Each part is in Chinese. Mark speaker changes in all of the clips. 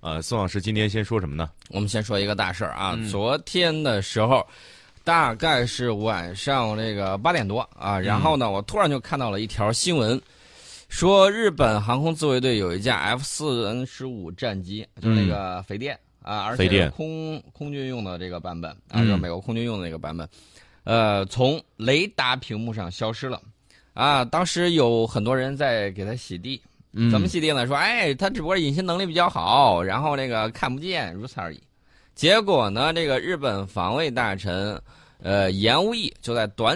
Speaker 1: 呃，宋老师今天先说什么呢？
Speaker 2: 我们先说一个大事儿啊，昨天的时候，大概是晚上这个八点多啊，然后呢，我突然就看到了一条新闻，说日本航空自卫队有一架 F 四 N 十五战机，就那个肥电啊，而且
Speaker 1: 肥电
Speaker 2: 是空空军用的这个版本啊，
Speaker 1: 嗯
Speaker 2: 就是美国空军用的那个版本，呃，从雷达屏幕上消失了。啊，当时有很多人在给他洗地，
Speaker 1: 嗯
Speaker 2: 怎么洗地呢？说，哎，他只不过隐形能力比较好，然后那个看不见，如此而已。结果呢，这个日本防卫大臣，呃，岩屋义就在短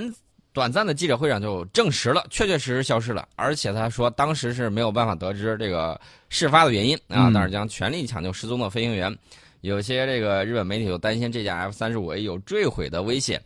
Speaker 2: 短暂的记者会上就证实了，确确实实消失了，而且他说当时是没有办法得知这个事发的原因啊，
Speaker 1: 嗯
Speaker 2: 但是将全力抢救失踪的飞行员。有些这个日本媒体就担心这架 F 三十五 A 有坠毁的危险。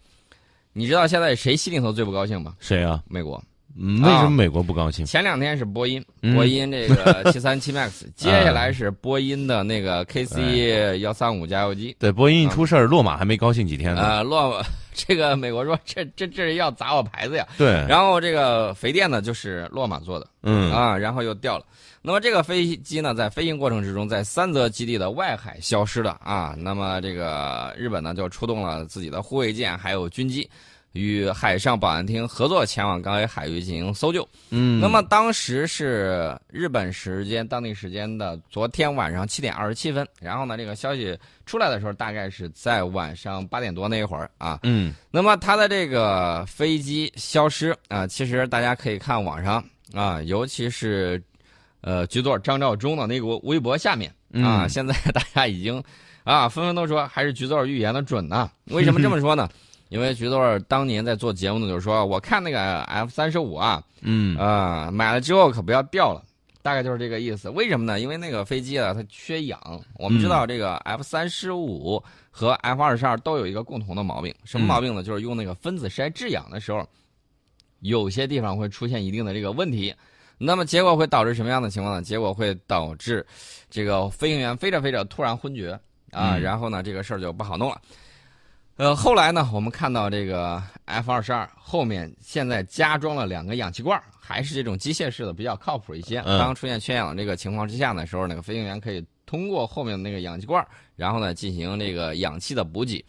Speaker 2: 你知道现在谁心里头最不高兴吗？
Speaker 1: 谁啊？
Speaker 2: 美国。
Speaker 1: 嗯为什么美国不高兴？
Speaker 2: 前两天是波音，
Speaker 1: 嗯
Speaker 2: 波音这 个七三七 MAX，接下来是波音的那
Speaker 1: 嗯
Speaker 2: 个 KC 幺三五加油机。
Speaker 1: 对，波
Speaker 2: 啊
Speaker 1: 音一出事儿，洛马还没高兴几哎天呢。
Speaker 2: 呃，落 这个美国说这这这是要砸我牌子呀。
Speaker 1: 对，
Speaker 2: 然后这个肥电呢就是洛马做的
Speaker 1: 嗯
Speaker 2: 啊，然后又掉了。那么这个飞机呢，在飞行过程之中，在三泽基地的外海消失了啊。那么这个日本呢，就出动了自己的护卫舰还有军机，与海上保安厅合作前往该海域进行搜救。
Speaker 1: 嗯
Speaker 2: 那么当时是日本时间当地时间的昨天晚上七点二十七分，然后呢，这个消息出来的时候大概是在晚上八点多那一会儿啊。
Speaker 1: 嗯
Speaker 2: 那么它的这个飞机消失啊、其实大家可以看网上啊、尤其是呃局座张召忠的那个微博下面啊、
Speaker 1: 嗯
Speaker 2: 现在大家已经啊纷纷都说还是局座预言的准呐、为什么这么说呢？因为局座当年在做节目的时候说，我看那个 F 三十五啊，
Speaker 1: 嗯
Speaker 2: 啊、买了之后可不要掉了，大概就是这个意思。为什么呢？因为那个飞机啊，它缺氧。我们
Speaker 1: 嗯
Speaker 2: 知道这个 F 三十五和 F 二十二都有一个共同的毛病，
Speaker 1: 嗯
Speaker 2: 什么毛病呢？就是用那个分子筛制氧的时候，有些地方会出现一定的这个问题。那么结果会导致什么样的情况呢？结果会导致这个飞行员飞着飞着突然昏厥啊，
Speaker 1: 嗯
Speaker 2: 然后呢，这个事儿就不好弄了。呃，后来呢，我们看到这个 F 二十二后面现在加装了两个氧气罐儿，还是这种机械式的比较靠谱一些。
Speaker 1: 嗯
Speaker 2: 当出现缺氧这个情况之下的时候，那个飞行员可以通过后面的那个氧气罐儿，然后呢进行这个氧气的补给。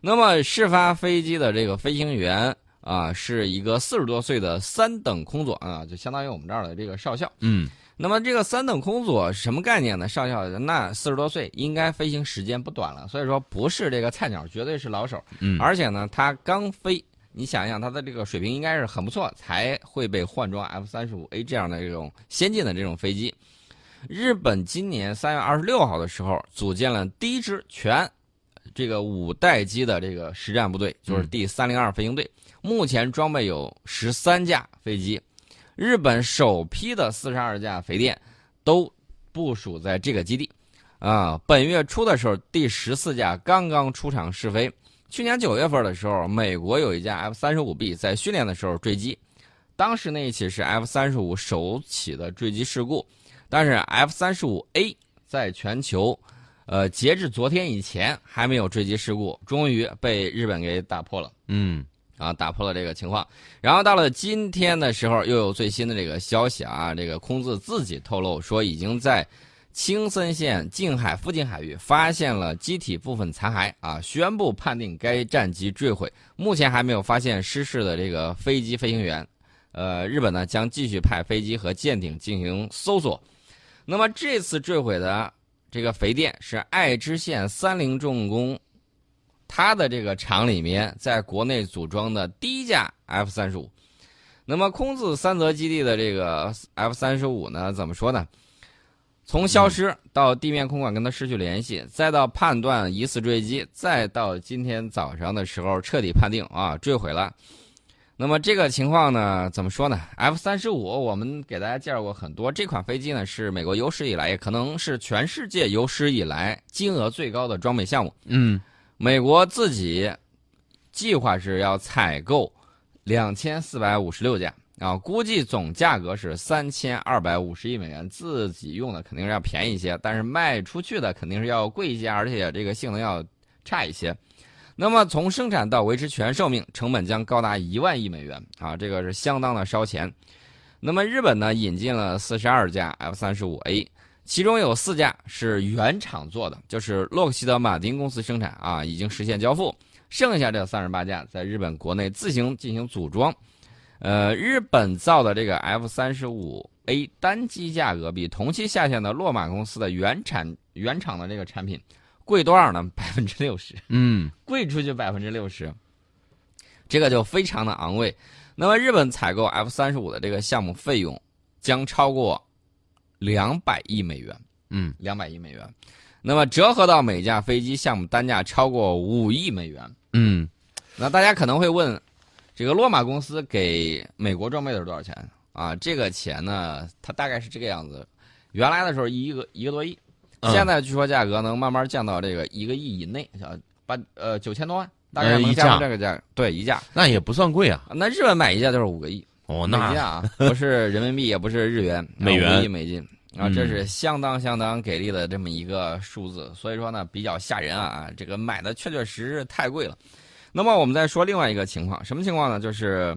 Speaker 2: 那么事发飞机的这个飞行员啊，是一个四十多岁的三等空佐啊，就相当于我们这儿的这个少校。
Speaker 1: 嗯
Speaker 2: 那么这个三等空佐是什么概念呢？上校那四十多岁，应该飞行时间不短了，所以说不是这个菜鸟，绝对是老手。
Speaker 1: 嗯
Speaker 2: 而且呢，他刚飞，你想一想他的这个水平应该是很不错，才会被换装 F 三十五 A 这样的这种先进的这种飞机。日本今年三月二十六号的时候，组建了第一支全这个五代机的这个实战部队，就是第三零二飞行队。目前装备有十三架飞机，日本首批的四十二架肥电都部署在这个基地。啊，本月初的时候，第十四架刚刚出场试飞。去年九月份的时候，美国有一架 F 三十五 B 在训练的时候坠机，当时那一起是 F 三十五首起的坠机事故，但是 F 三十五 A 在全球，呃，截至昨天以前还没有坠机事故，终于被日本给打破了。
Speaker 1: 嗯
Speaker 2: 啊，打破了这个情况。然后到了今天的时候，又有最新的这个消息啊，这个空自自己透露说，已经在青森县近海附近海域发现了机体部分残骸啊，宣布判定该战机坠毁。目前还没有发现失事的这个飞机飞行员。呃，日本呢将继续派飞机和舰艇进行搜索。那么这次坠毁的这个肥电是爱知县三菱重工它的这个厂里面，在国内组装的第一架 F 三十五。那么空自三泽基地的这个 F 三十五呢，怎么说呢？从消失到地面空管跟它失去联系，再到判断疑似坠机，再到今天早上的时候彻底判定啊坠毁了。那么这个情况呢，怎么说呢？F 三十五我们给大家介绍过很多，这款飞机呢是美国有史以来，也可能是全世界有史以来金额最高的装备项目。
Speaker 1: 嗯
Speaker 2: 美国自己计划是要采购两千四百五十六架啊，估计总价格是三千二百五十亿美元。自己用的肯定是要便宜一些，但是卖出去的肯定是要贵一些，而且这个性能要差一些。那么从生产到维持全寿命，成本将高达一万亿美元啊，这个是相当的烧钱。那么日本呢，引进了四十二架 F 三十五 A，其中有四架是原厂做的，就是洛克希德马丁公司生产啊，已经实现交付。剩下这三十八架在日本国内自行进行组装。呃，日本造的这个 F 三十五 A 单机价格比同期下线的洛马公司的原产原厂的这个产品贵多少呢？ 百分之六十，
Speaker 1: 嗯，
Speaker 2: 贵出去百分之六十，这个就非常的昂贵。那么日本采购 F 三十五的这个项目费用将超过两百亿美元，
Speaker 1: 嗯，
Speaker 2: 两百亿美元。那么折合到每架飞机项目单价超过五亿美元。
Speaker 1: 嗯，
Speaker 2: 那大家可能会问，这个洛马公司给美国装备的是多少钱啊？这个钱呢，它大概是这个样子。原来的时候一个一个多亿，
Speaker 1: 嗯
Speaker 2: 现在据说价格能慢慢降到这个一个亿以内，啊，八呃九千多万，大概
Speaker 1: 呃
Speaker 2: 能
Speaker 1: 一
Speaker 2: 降到
Speaker 1: 架
Speaker 2: 这个价格。对，一架。
Speaker 1: 那也不算贵啊。
Speaker 2: 那日本买一架就是五个亿，
Speaker 1: 哦，
Speaker 2: 美金
Speaker 1: 那
Speaker 2: 啊，不是人民币，也不是日元，
Speaker 1: 美元
Speaker 2: 啊五亿美金啊，
Speaker 1: 嗯
Speaker 2: 这是相当相当给力的这么一个数字，所以说呢，比较吓人啊，这个买的确确实实太贵了。那么我们再说另外一个情况，什么情况呢？就是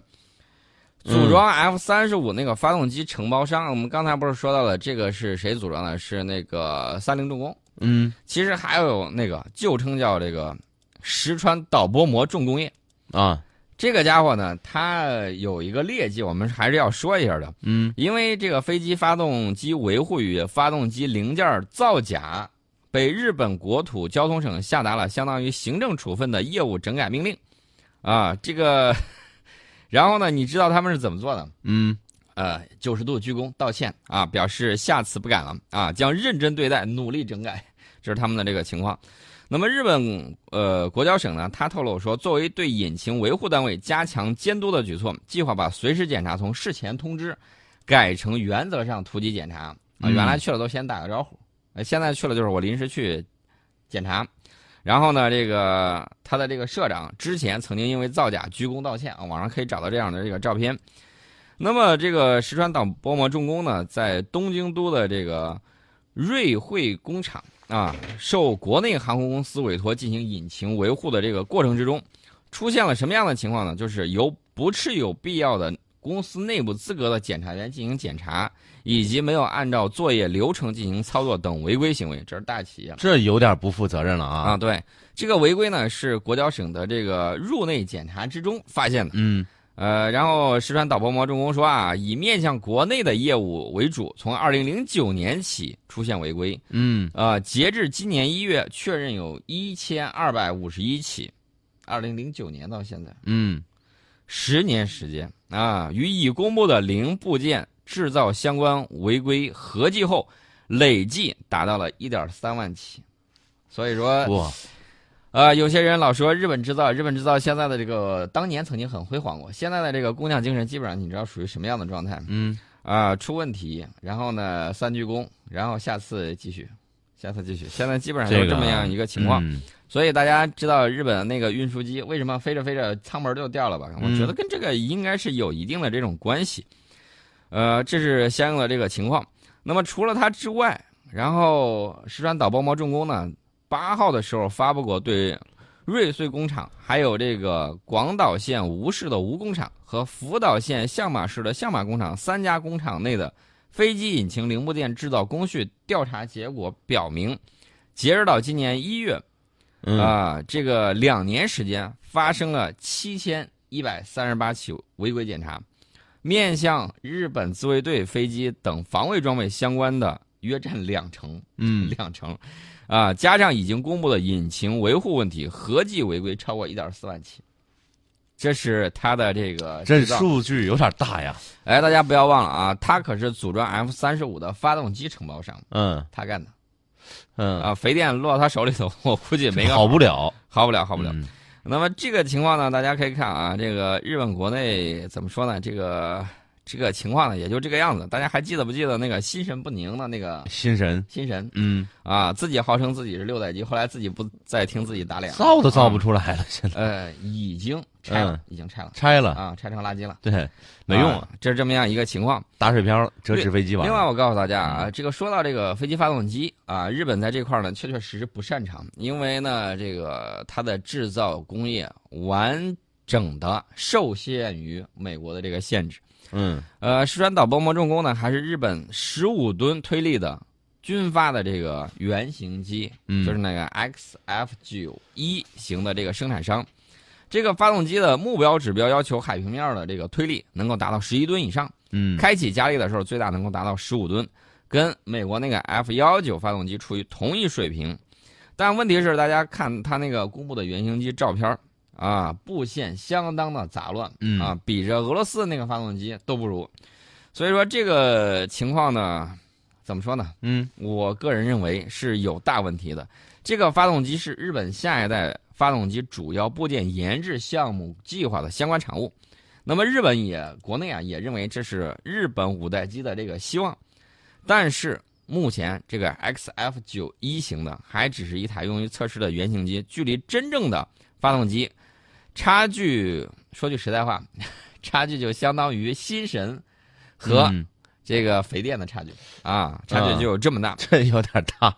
Speaker 2: 组装
Speaker 1: 嗯
Speaker 2: F 三十五那个发动机承包商，我们刚才不是说到了，这个是谁组装的？是那个三菱重工。
Speaker 1: 嗯
Speaker 2: 其实还有那个旧称叫这个石川导播膜重工业，
Speaker 1: 啊，
Speaker 2: 这个家伙呢，它有一个劣迹，我们还是要说一下的。
Speaker 1: 嗯
Speaker 2: 因为这个飞机发动机维护与发动机零件造假，被日本国土交通省下达了相当于行政处分的业务整改命令，啊，这个， 然后呢，你知道他们是怎么做的？
Speaker 1: 嗯
Speaker 2: 呃，九十度鞠躬道歉啊，表示下次不敢了啊，将认真对待，努力整改，这是他们的这个情况。那么日本呃国交省呢，他透露说，作为对引擎维护单位加强监督的举措，计划把随时检查从事前通知改成原则上突击检查啊，
Speaker 1: 嗯
Speaker 2: 原来去了都先打个招呼，呃现在去了就是我临时去检查。然后呢，这个他的这个社长之前曾经因为造假鞠躬道歉啊，网上可以找到这样的这个照片。那么这个石川岛薄膜重工呢，在东京都的这个瑞惠工厂啊，受国内航空公司委托进行引擎维护的这个过程之中，出现了什么样的情况呢？就是由不是有必要的公司内部资格的检查员进行检查，以及没有按照作业流程进行操作等违规行为，这是大企业。
Speaker 1: 这有点不负责任了啊。
Speaker 2: 啊，对，这个违规呢是国交省的这个入内检查之中发现的。
Speaker 1: 嗯
Speaker 2: 呃，然后石川导播膜重工说啊，以面向国内的业务为主，从二零零九年起出现违规，
Speaker 1: 嗯
Speaker 2: 呃，截至今年一月确认有一千二百五十一起，二零零九年到现在
Speaker 1: 嗯
Speaker 2: 十年时间啊，与已公布的零部件制造相关违规合计后，累计达到了一点三万起，所以说
Speaker 1: 哇，
Speaker 2: 呃，有些人老说日本制造，日本制造现在的这个当年曾经很辉煌过，现在的这个工匠精神基本上你知道属于什么样的状态吗？
Speaker 1: 嗯
Speaker 2: 啊、出问题，然后呢三鞠躬，然后下次继续，下次继续，现在基本上就
Speaker 1: 这
Speaker 2: 是
Speaker 1: 个
Speaker 2: 这么样一个情况。
Speaker 1: 嗯
Speaker 2: 所以大家知道日本那个运输机为什么飞着飞着舱门就掉了吧？我觉得跟这个应该是有一定的这种关系。呃，这是相应的这个情况。那么除了它之外，然后石川岛包膜重工呢，八号的时候发布过对瑞穗工厂、还有这个广岛县吴市的吴工厂和福岛县相马市的相马工厂三家工厂内的飞机引擎零部件制造工序调查结果表明，截止到今年一月。
Speaker 1: 嗯
Speaker 2: 啊，这个两年时间发生了七千一百三十八起违规检查，面向日本自卫队飞机等防卫装备相关的约占两成，
Speaker 1: 嗯
Speaker 2: 两成，啊，加上已经公布的引擎维护问题，合计违规超过一点四万起。这是它的这个
Speaker 1: 这
Speaker 2: 制造
Speaker 1: 数据有点大呀。
Speaker 2: 哎，大家不要忘了啊，它可是组装 F 三十五的发动机承包商，
Speaker 1: 嗯
Speaker 2: 他干的
Speaker 1: 嗯，
Speaker 2: 啊。肥电落到他手里头，我估计没个
Speaker 1: 好不了，
Speaker 2: 好不了，好不了。
Speaker 1: 嗯。
Speaker 2: 那么这个情况呢，大家可以看啊，这个日本国内怎么说呢？这个这个情况呢，也就这个样子。大家还记得不记得那个心神不宁的那个
Speaker 1: 心神，
Speaker 2: 心神
Speaker 1: 嗯，
Speaker 2: 啊？自己号称自己是六代机，后来自己不再听自己打脸了，
Speaker 1: 造都造不
Speaker 2: 出、
Speaker 1: 出来了，现在
Speaker 2: 呃，已经拆了
Speaker 1: 嗯，
Speaker 2: 已经拆了
Speaker 1: 拆了，
Speaker 2: 啊，拆成垃圾了，
Speaker 1: 对，没用
Speaker 2: 啊，这是这么样一个情况。
Speaker 1: 打水漂折纸飞机吧。
Speaker 2: 另外，我告诉大家啊，这个说到这个飞机发动机啊，日本在这块儿呢，确确实实不擅长，因为呢，这个它的制造工业完整的受限于美国的这个限制。
Speaker 1: 嗯
Speaker 2: 呃，石川岛薄膜重工呢，还是日本十五吨推力的军发的这个原型机，
Speaker 1: 嗯
Speaker 2: 就是那个 XF 九一型的这个生产商。这个发动机的目标指标要求海平面的这个推力能够达到十一吨以上，
Speaker 1: 嗯
Speaker 2: 开启加力的时候最大能够达到十五吨，跟美国那个 F 幺九发动机处于同一水平。但问题是，大家看它那个公布的原型机照片儿啊，布线相当的杂乱，
Speaker 1: 嗯
Speaker 2: 啊，比着俄罗斯那个发动机都不如。所以说这个情况呢，怎么说呢？
Speaker 1: 嗯
Speaker 2: 我个人认为是有大问题的。这个发动机是日本下一代发动机主要部件研制项目计划的相关产物。那么日本也国内啊也认为这是日本五代机的这个希望，但是目前这个 XF 九一型的还只是一台用于测试的原型机，距离真正的发动机差距，说句实在话， 差距就相当于新神和
Speaker 1: 嗯
Speaker 2: 这个肥电的差距啊，差距
Speaker 1: 嗯
Speaker 2: 就有这么大。
Speaker 1: 这有点大，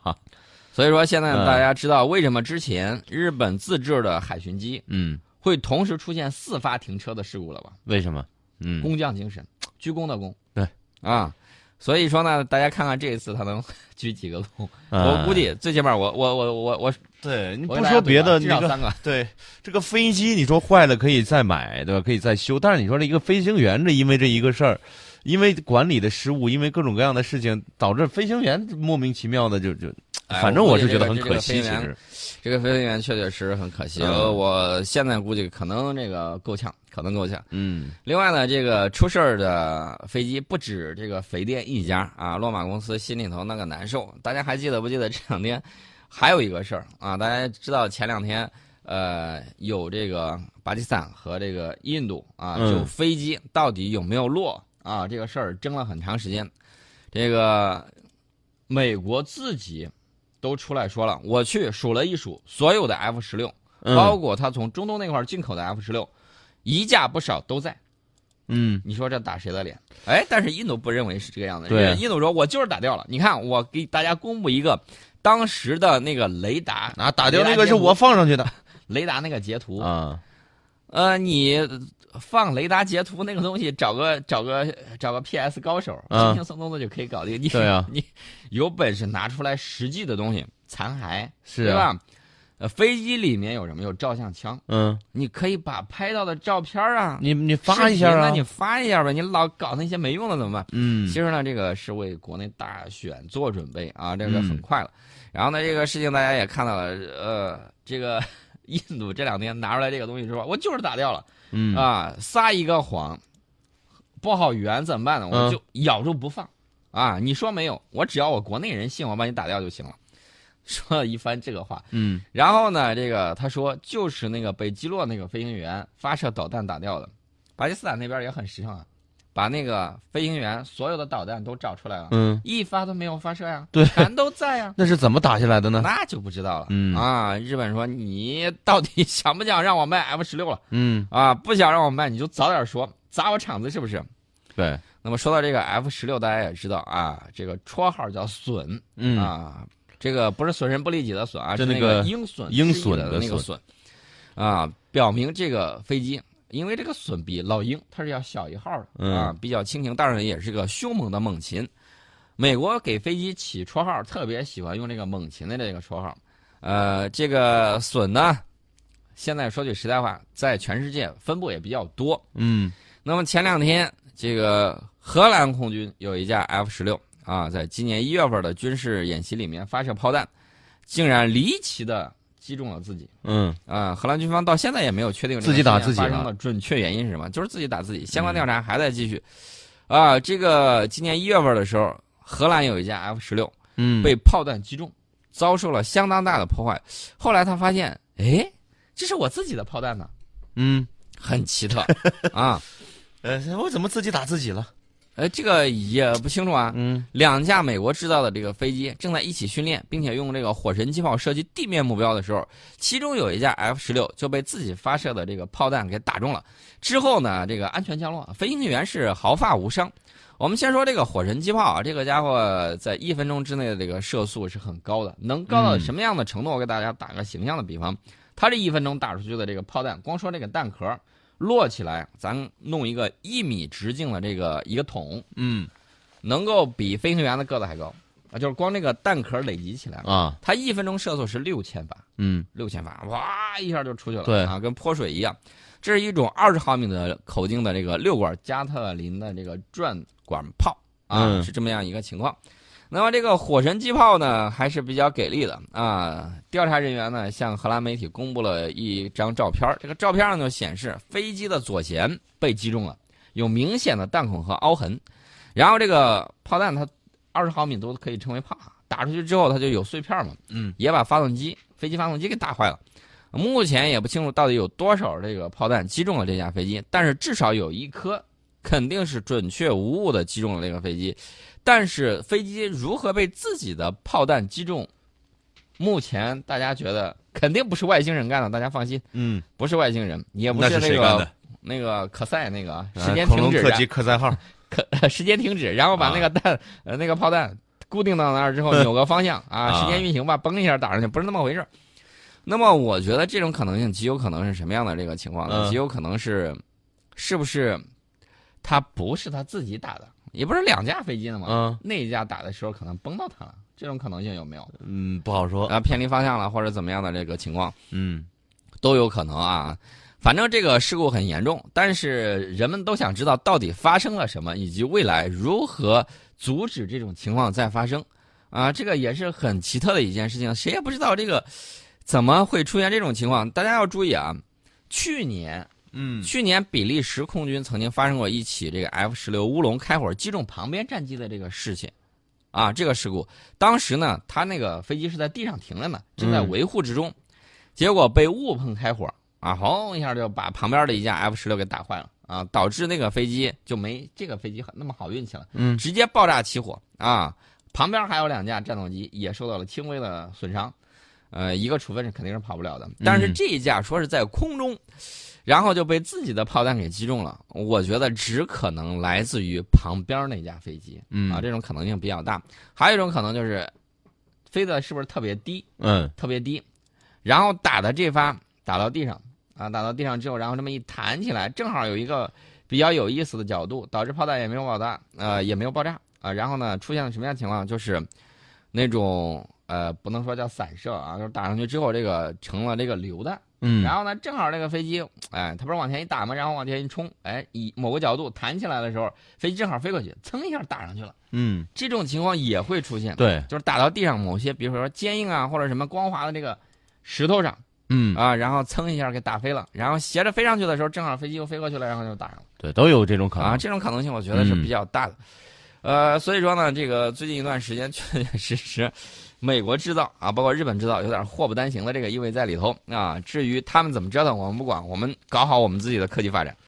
Speaker 2: 所以说，现在
Speaker 1: 嗯
Speaker 2: 大家知道为什么之前日本自制的海巡机
Speaker 1: 嗯，
Speaker 2: 会同时出现四发停车的事故了吧？
Speaker 1: 为什么？嗯
Speaker 2: 工匠精神，鞠躬的躬。
Speaker 1: 对，
Speaker 2: 啊，所以说呢，大家看看这一次他能 鞠几个躬。
Speaker 1: 啊
Speaker 2: 我估计最起码我我我我我
Speaker 1: 对你不
Speaker 2: 我给大家
Speaker 1: 说别的，
Speaker 2: 对
Speaker 1: 那
Speaker 2: 吧至少
Speaker 1: 个
Speaker 2: 三个。
Speaker 1: 对这个飞机，你说坏了可以再买，对吧？可以再修。但是你说这一个飞行员，这因为这一个事儿，因为管理的失误，因为各种各样的事情，导致飞行员莫名其妙的就就，
Speaker 2: 哎
Speaker 1: 嗯反正
Speaker 2: 我
Speaker 1: 我
Speaker 2: 估计
Speaker 1: 是觉
Speaker 2: 这
Speaker 1: 得
Speaker 2: 个
Speaker 1: 很可惜。
Speaker 2: 这个飞
Speaker 1: 其
Speaker 2: 行员
Speaker 1: 实，
Speaker 2: 这个飞行员确确实实很可惜，
Speaker 1: 嗯
Speaker 2: 呃我现在估计可能这个够呛，可能够呛。
Speaker 1: 嗯
Speaker 2: 另外呢，这个出事儿的飞机不止这个肥电一家啊，洛马公司心里头那个难受。大家还记得不记得这两天还有一个事儿啊？大家知道前两天呃有这个巴基斯坦和这个印度啊，
Speaker 1: 嗯
Speaker 2: 就飞机到底有没有落啊这个事儿争了很长时间。这个美国自己都出来说了，我去数了一数所有的 F 十六，包
Speaker 1: 嗯
Speaker 2: 括他从中东那块儿进口的 F 十六，一架不少都在。
Speaker 1: 嗯，
Speaker 2: 你说这打谁的脸？哎，但是印度不认为是这个样子。
Speaker 1: 对
Speaker 2: 人家印度说我就是打掉了。你看，我给大家公布一个当时的那个雷达
Speaker 1: 啊，打掉那个是我放上去的
Speaker 2: 雷达那个截图。
Speaker 1: 啊，
Speaker 2: 呃，你放雷达截图那个东西，找个找个找个 PS 高手，
Speaker 1: 嗯
Speaker 2: 轻轻松松的就可以搞定。你
Speaker 1: 对啊
Speaker 2: 你有本事拿出来实际的东西，残骸
Speaker 1: 是
Speaker 2: 对
Speaker 1: 啊，
Speaker 2: 吧？呃，飞机里面有什么？有照相枪，
Speaker 1: 嗯，
Speaker 2: 你可以把拍到的照片啊，
Speaker 1: 你你发一
Speaker 2: 视
Speaker 1: 下
Speaker 2: 频那
Speaker 1: 啊
Speaker 2: 你，发一下呗，你老搞那些没用的怎么办？
Speaker 1: 嗯
Speaker 2: 其实呢，这个是为国内大选做准备啊，这个
Speaker 1: 嗯
Speaker 2: 很快了。然后呢，这个事情大家也看到了，呃，这个 印度这两天拿出来这个东西之后，我就是打掉了、
Speaker 1: 嗯
Speaker 2: 啊，撒一个谎，不好圆怎么办呢？我
Speaker 1: 嗯
Speaker 2: 就咬住不放、啊！你说没有，我只要我国内人信，我把你打掉就行了。 说了一番这个话，
Speaker 1: 嗯
Speaker 2: 然后呢，这个他说就是那个被击落那个飞行员发射导弹打掉的，巴基斯坦那边也很实诚啊，把那个飞行员所有的导弹都找出来了，
Speaker 1: 嗯，
Speaker 2: 一发都没有发射呀、
Speaker 1: 对
Speaker 2: 全都 在呀、
Speaker 1: 那是怎么打下来的呢？
Speaker 2: 那就不知道了。
Speaker 1: 嗯
Speaker 2: 啊，日本说你到底想不想让我卖 F 十六了
Speaker 1: 嗯，
Speaker 2: 啊？不想让我卖，你就早点说，砸我场子是不是？
Speaker 1: 对，
Speaker 2: 那么说到这个 F 十六，大家也知道啊，这个绰号叫隼，
Speaker 1: 嗯
Speaker 2: 啊，这那个不是损人不利己的损啊，
Speaker 1: 就是那
Speaker 2: 个
Speaker 1: 个
Speaker 2: 鹰隼
Speaker 1: 鹰
Speaker 2: 失忆
Speaker 1: 隼
Speaker 2: 的
Speaker 1: 的
Speaker 2: 那个隼啊，表明这个飞机，因为这个隼比老鹰它是要小一号的、
Speaker 1: 嗯
Speaker 2: 啊，比较轻盈，当然也是个凶猛的猛禽。美国给飞机起绰号，特别喜欢用这个猛禽的这个绰号。呃，这个隼呢，现在说句实在话，在全世界分布也比较多。
Speaker 1: 嗯
Speaker 2: 那么前两天，这个荷兰空军有一架 F 十六啊，在今年一月份的军事演习里面发射炮弹，竟然离奇的击中了自己
Speaker 1: 嗯
Speaker 2: 啊！荷兰军方到现在也没有确定这个
Speaker 1: 自己打
Speaker 2: 事
Speaker 1: 自
Speaker 2: 件
Speaker 1: 己啊嗯
Speaker 2: 发生的准确原因是什么，就是自己打自己，相关调查还在继续。啊，这个今年一月份的时候，荷兰有一架 F 十六
Speaker 1: 嗯，
Speaker 2: 被炮弹击中，遭受了相当大的破坏。后来他发现，哎，这是我自己的炮弹呢，
Speaker 1: 嗯，
Speaker 2: 很奇特啊。
Speaker 1: 呃，我怎么自己打自己了？
Speaker 2: 呃，这个也不清楚啊。
Speaker 1: 嗯
Speaker 2: 两架美国制造的这个飞机正在一起训练，并且用这个火神机炮射击地面目标的时候，其中有一架 F 十六就被自己发射的这个炮弹给打中了。之后呢，这个安全降落，飞行员是毫发无伤。我们先说这个火神机炮啊，这个家伙在一分钟之内的这个射速是很高的，能高到
Speaker 1: 嗯
Speaker 2: 什么样的程度？我给大家打个形象的比方，它这一分钟打出去的这个炮弹，光说这个弹壳儿摞起来，咱弄一个一米直径的这个一个桶，
Speaker 1: 嗯，
Speaker 2: 能够比飞行员的个子还高。啊，就是光那个弹壳累积起来了，
Speaker 1: 啊，
Speaker 2: 它一分钟射速是六千发，
Speaker 1: 嗯，
Speaker 2: 六千发，哇一下就出去了，
Speaker 1: 对
Speaker 2: 啊，跟泼水一样。这是一种二十毫米的口径的这个六管加特林的这个转管炮啊，
Speaker 1: 嗯
Speaker 2: 是这么样一个情况。那么这个火神机炮呢，还是比较给力的啊。调查人员呢，向荷兰媒体公布了一张照片儿，这个照片上就显示飞机的左舷被击中了，有明显的弹孔和凹痕。然后这个炮弹它二十毫米都可以称为炮，啊打出去之后它就有碎片嘛，
Speaker 1: 嗯，
Speaker 2: 也把发动机、飞机发动机给打坏了。目前也不清楚到底有多少这个炮弹击中了这架飞机，但是至少有一颗肯定是准确无误的击中了这个飞机。但是飞机如何被自己的炮弹击中，目前大家觉得肯定不是外星人干的，大家放心，
Speaker 1: 嗯，
Speaker 2: 不是外星人，也不
Speaker 1: 那
Speaker 2: 那
Speaker 1: 谁干
Speaker 2: 个
Speaker 1: 的？
Speaker 2: 那个可赛那个啊
Speaker 1: 啊
Speaker 2: 时间
Speaker 1: 恐
Speaker 2: 停
Speaker 1: 龙
Speaker 2: 止
Speaker 1: 特
Speaker 2: 的
Speaker 1: 级克赛 号，
Speaker 2: 可呃时间停止，然后把
Speaker 1: 啊
Speaker 2: 那个弹、呃那个炮弹固定到那儿之后，扭个 方向啊，
Speaker 1: 啊
Speaker 2: 时间运行吧，嘣一下打上去，不是那么回事儿。那么我觉得这种可能性极有可能是什么样的这个情况呢？
Speaker 1: 嗯
Speaker 2: 极有可能是，是不是他不是他自己打的？也不是两架飞机呢吗？
Speaker 1: 嗯
Speaker 2: 那一架打的时候可能崩到他了，这种可能性有没有？
Speaker 1: 嗯，不好说，
Speaker 2: 啊，偏离方向了或者怎么样的这个情况
Speaker 1: 嗯
Speaker 2: 都有可能啊。反正这个事故很严重，但是人们都想知道到底发生了什么，以及未来如何阻止这种情况再发生。啊，这个也是很奇特的一件事情，谁也不知道这个怎么会出现这种情况。大家要注意啊，去年
Speaker 1: 嗯
Speaker 2: 去年比利时空军曾经发生过一起这个 F 十六乌龙开火击中旁边战机的这个事情，啊，这个事故，当时呢，他那个飞机是在地上停着呢，正在
Speaker 1: 嗯
Speaker 2: 维护之中，结果被误碰开火，啊，轰一下就把旁边的一架 F 十六给打坏了，啊，导致那个飞机就没这个飞机那么好运气了，
Speaker 1: 嗯
Speaker 2: 直接爆炸起火啊，旁边还有两架战斗机也受到了轻微的损伤，呃，一个处分是肯定是跑不了的，但是
Speaker 1: 嗯
Speaker 2: 这一架说是在空中。然后就被自己的炮弹给击中了。我觉得只可能来自于旁边那架飞机
Speaker 1: 嗯
Speaker 2: 啊，这种可能性比较大。还有一种可能就是飞的是不是特别低，
Speaker 1: 嗯
Speaker 2: 特别低，然后打的这发打到地上啊，打到地上之后，然后这么一弹起来，正好有一个比较有意思的角度，导致炮弹也没有爆炸，呃，也没有爆炸啊、然后呢，出现了什么样的情况？就是那种呃，不能说叫散射啊，就是打上去之后，这个成了这个榴弹。
Speaker 1: 嗯，
Speaker 2: 然后呢，正好这个飞机，哎，它不是往前一打吗？然后往前一冲，哎，以某个角度弹起来的时候，飞机正好飞过去，噌一下打上去了。
Speaker 1: 嗯，
Speaker 2: 这种情况也会出现，
Speaker 1: 对，
Speaker 2: 就是打到地上某些，比如说坚硬啊或者什么光滑的这个石头上
Speaker 1: 嗯
Speaker 2: 啊，然后噌一下给打飞了，然后斜着飞上去的时候，正好飞机又飞过去了，然后就打上了。
Speaker 1: 对，都有这种可
Speaker 2: 啊，
Speaker 1: 能，嗯
Speaker 2: 这种可能性我觉得是比较大的。呃，所以说呢，这个最近一段时间 确确实实，美国制造啊，包括日本制造，有点祸不单行的这个意味在里头啊。至于他们怎么折腾，我们不管，我们搞好我们自己的科技发展。